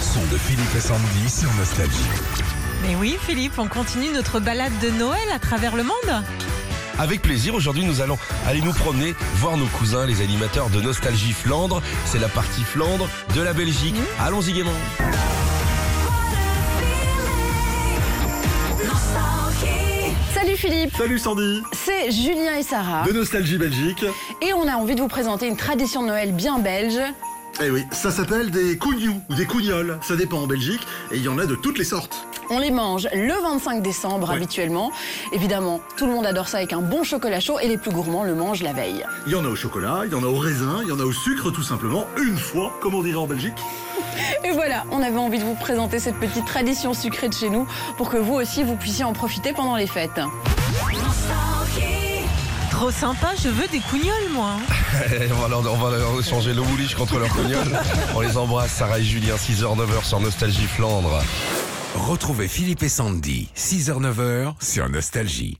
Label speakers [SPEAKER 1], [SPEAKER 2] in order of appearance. [SPEAKER 1] son de Philippe et Sandy sur Nostalgie.
[SPEAKER 2] Mais oui, Philippe, on continue notre balade de Noël à travers le monde.
[SPEAKER 1] Avec plaisir, aujourd'hui nous allons aller nous promener, voir nos cousins, les animateurs de Nostalgie Flandre. C'est la partie Flandre de la Belgique. Allons-y gaiement.
[SPEAKER 3] Salut Philippe,
[SPEAKER 4] Salut Sandy
[SPEAKER 3] c'est Julien et Sarah
[SPEAKER 4] de Nostalgie Belgique.
[SPEAKER 3] et on a envie de vous présenter une tradition de Noël bien belge.
[SPEAKER 4] Eh oui, ça s'appelle des cougnous ou des cougnoles, ça dépend en Belgique, et il y en a de toutes les sortes.
[SPEAKER 3] On les mange le 25 décembre
[SPEAKER 4] Ouais.
[SPEAKER 3] habituellement. Évidemment, tout le monde adore ça avec un bon chocolat chaud et les plus gourmands le mangent la veille.
[SPEAKER 4] Il y en a au chocolat, il y en a au raisin, il y en a au sucre tout simplement, une fois, comme on dirait en Belgique.
[SPEAKER 3] Et voilà, on avait envie de vous présenter cette petite tradition sucrée de chez nous pour que vous aussi vous puissiez en profiter pendant les fêtes.
[SPEAKER 2] Trop sympa, je veux des cougnoles, moi.
[SPEAKER 1] Eh, on va leur, on va leur changer le bouliche contre leur cognole. On les embrasse, Sarah et Julien, 6h, 9h sur Nostalgie Flandre.
[SPEAKER 5] Retrouvez Philippe et Sandy, 6h-9h sur Nostalgie.